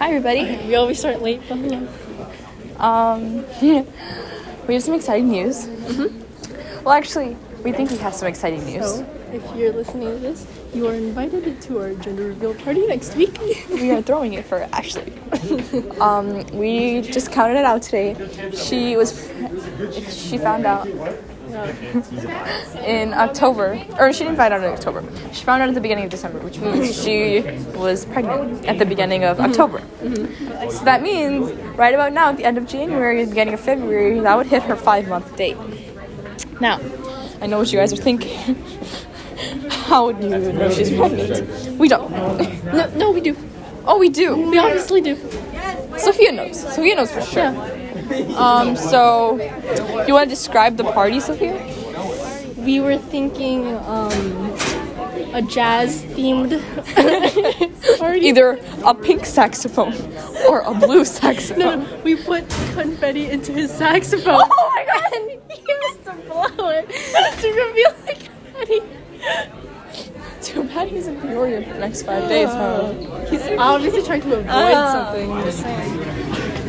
Hi, everybody. We always start late. but yeah. Um, we have some exciting news. Well, actually, we think we have some exciting news. So, if you're listening to this, you are invited to our gender reveal party next week. we are throwing it for Ashley. um, we just counted it out today. She was, she found out in October, or she didn't find out in October. She found out at the beginning of December, which means she was pregnant at the beginning of October. So that means right about now, at the end of January, the beginning of February, that would hit her five-month date. Now, I know what you guys are thinking. How would you even know she's pregnant? We don't. no, no, we do. Oh, we do. We honestly do. Sophia knows. Sophia knows for sure. Um, so you want to describe the party, Sophia? We were thinking um, a jazz themed party. Either a pink saxophone or a blue saxophone. No, no, we put confetti into his saxophone. Oh my god! He used to blow it to reveal the confetti. Too bad he's in Peoria for the next five days, huh? He's obviously trying to avoid something.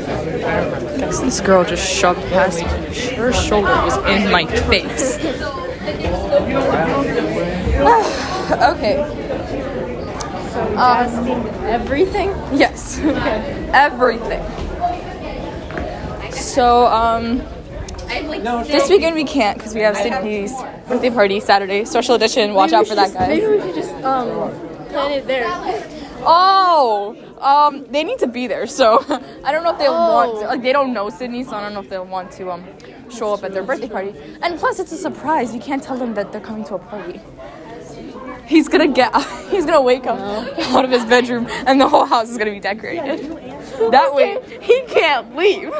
This girl just shoved past me. Her shoulder was in my face. okay. Um, Jazz themed everything. Yes. Everything. So, um, this weekend we can't because we have Sydney's birthday party Saturday, special edition. Watch Maybe out we for should that, just- Maybe guys. we should just um, plan it there. Oh, um, they need to be there, so I don't know if they'll want Oh. to. Like, they don't know Sydney, so I don't know if they'll want to um show up at their birthday party. And plus, it's a surprise. You can't tell them that they're coming to a party. He's gonna get. He's gonna wake up out of his bedroom, and the whole house is gonna be decorated. That way, he can't leave.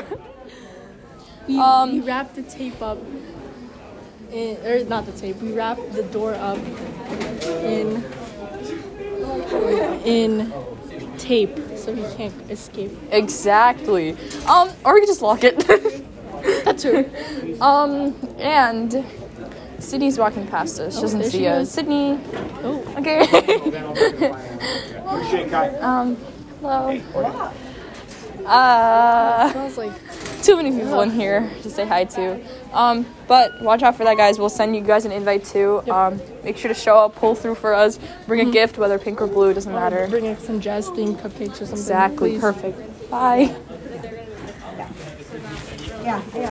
We, Um, we wrapped the tape up, in, or not the tape. We wrapped the door up in in tape, so he can't escape. Exactly. Um, or we could just lock it. That's true. um, and Sydney's walking past us. She doesn't Oh, there see she us. is. Sydney. Oh. Okay. um, hello. Uh, Smells like too many people in here to say hi to. Um, but watch out for that, guys. We'll send you guys an invite too. Um, make sure to show up, pull through for us, bring a gift, whether pink or blue, doesn't matter. bring us some jazz themed cupcakes or something. Exactly. please. Perfect. Bye.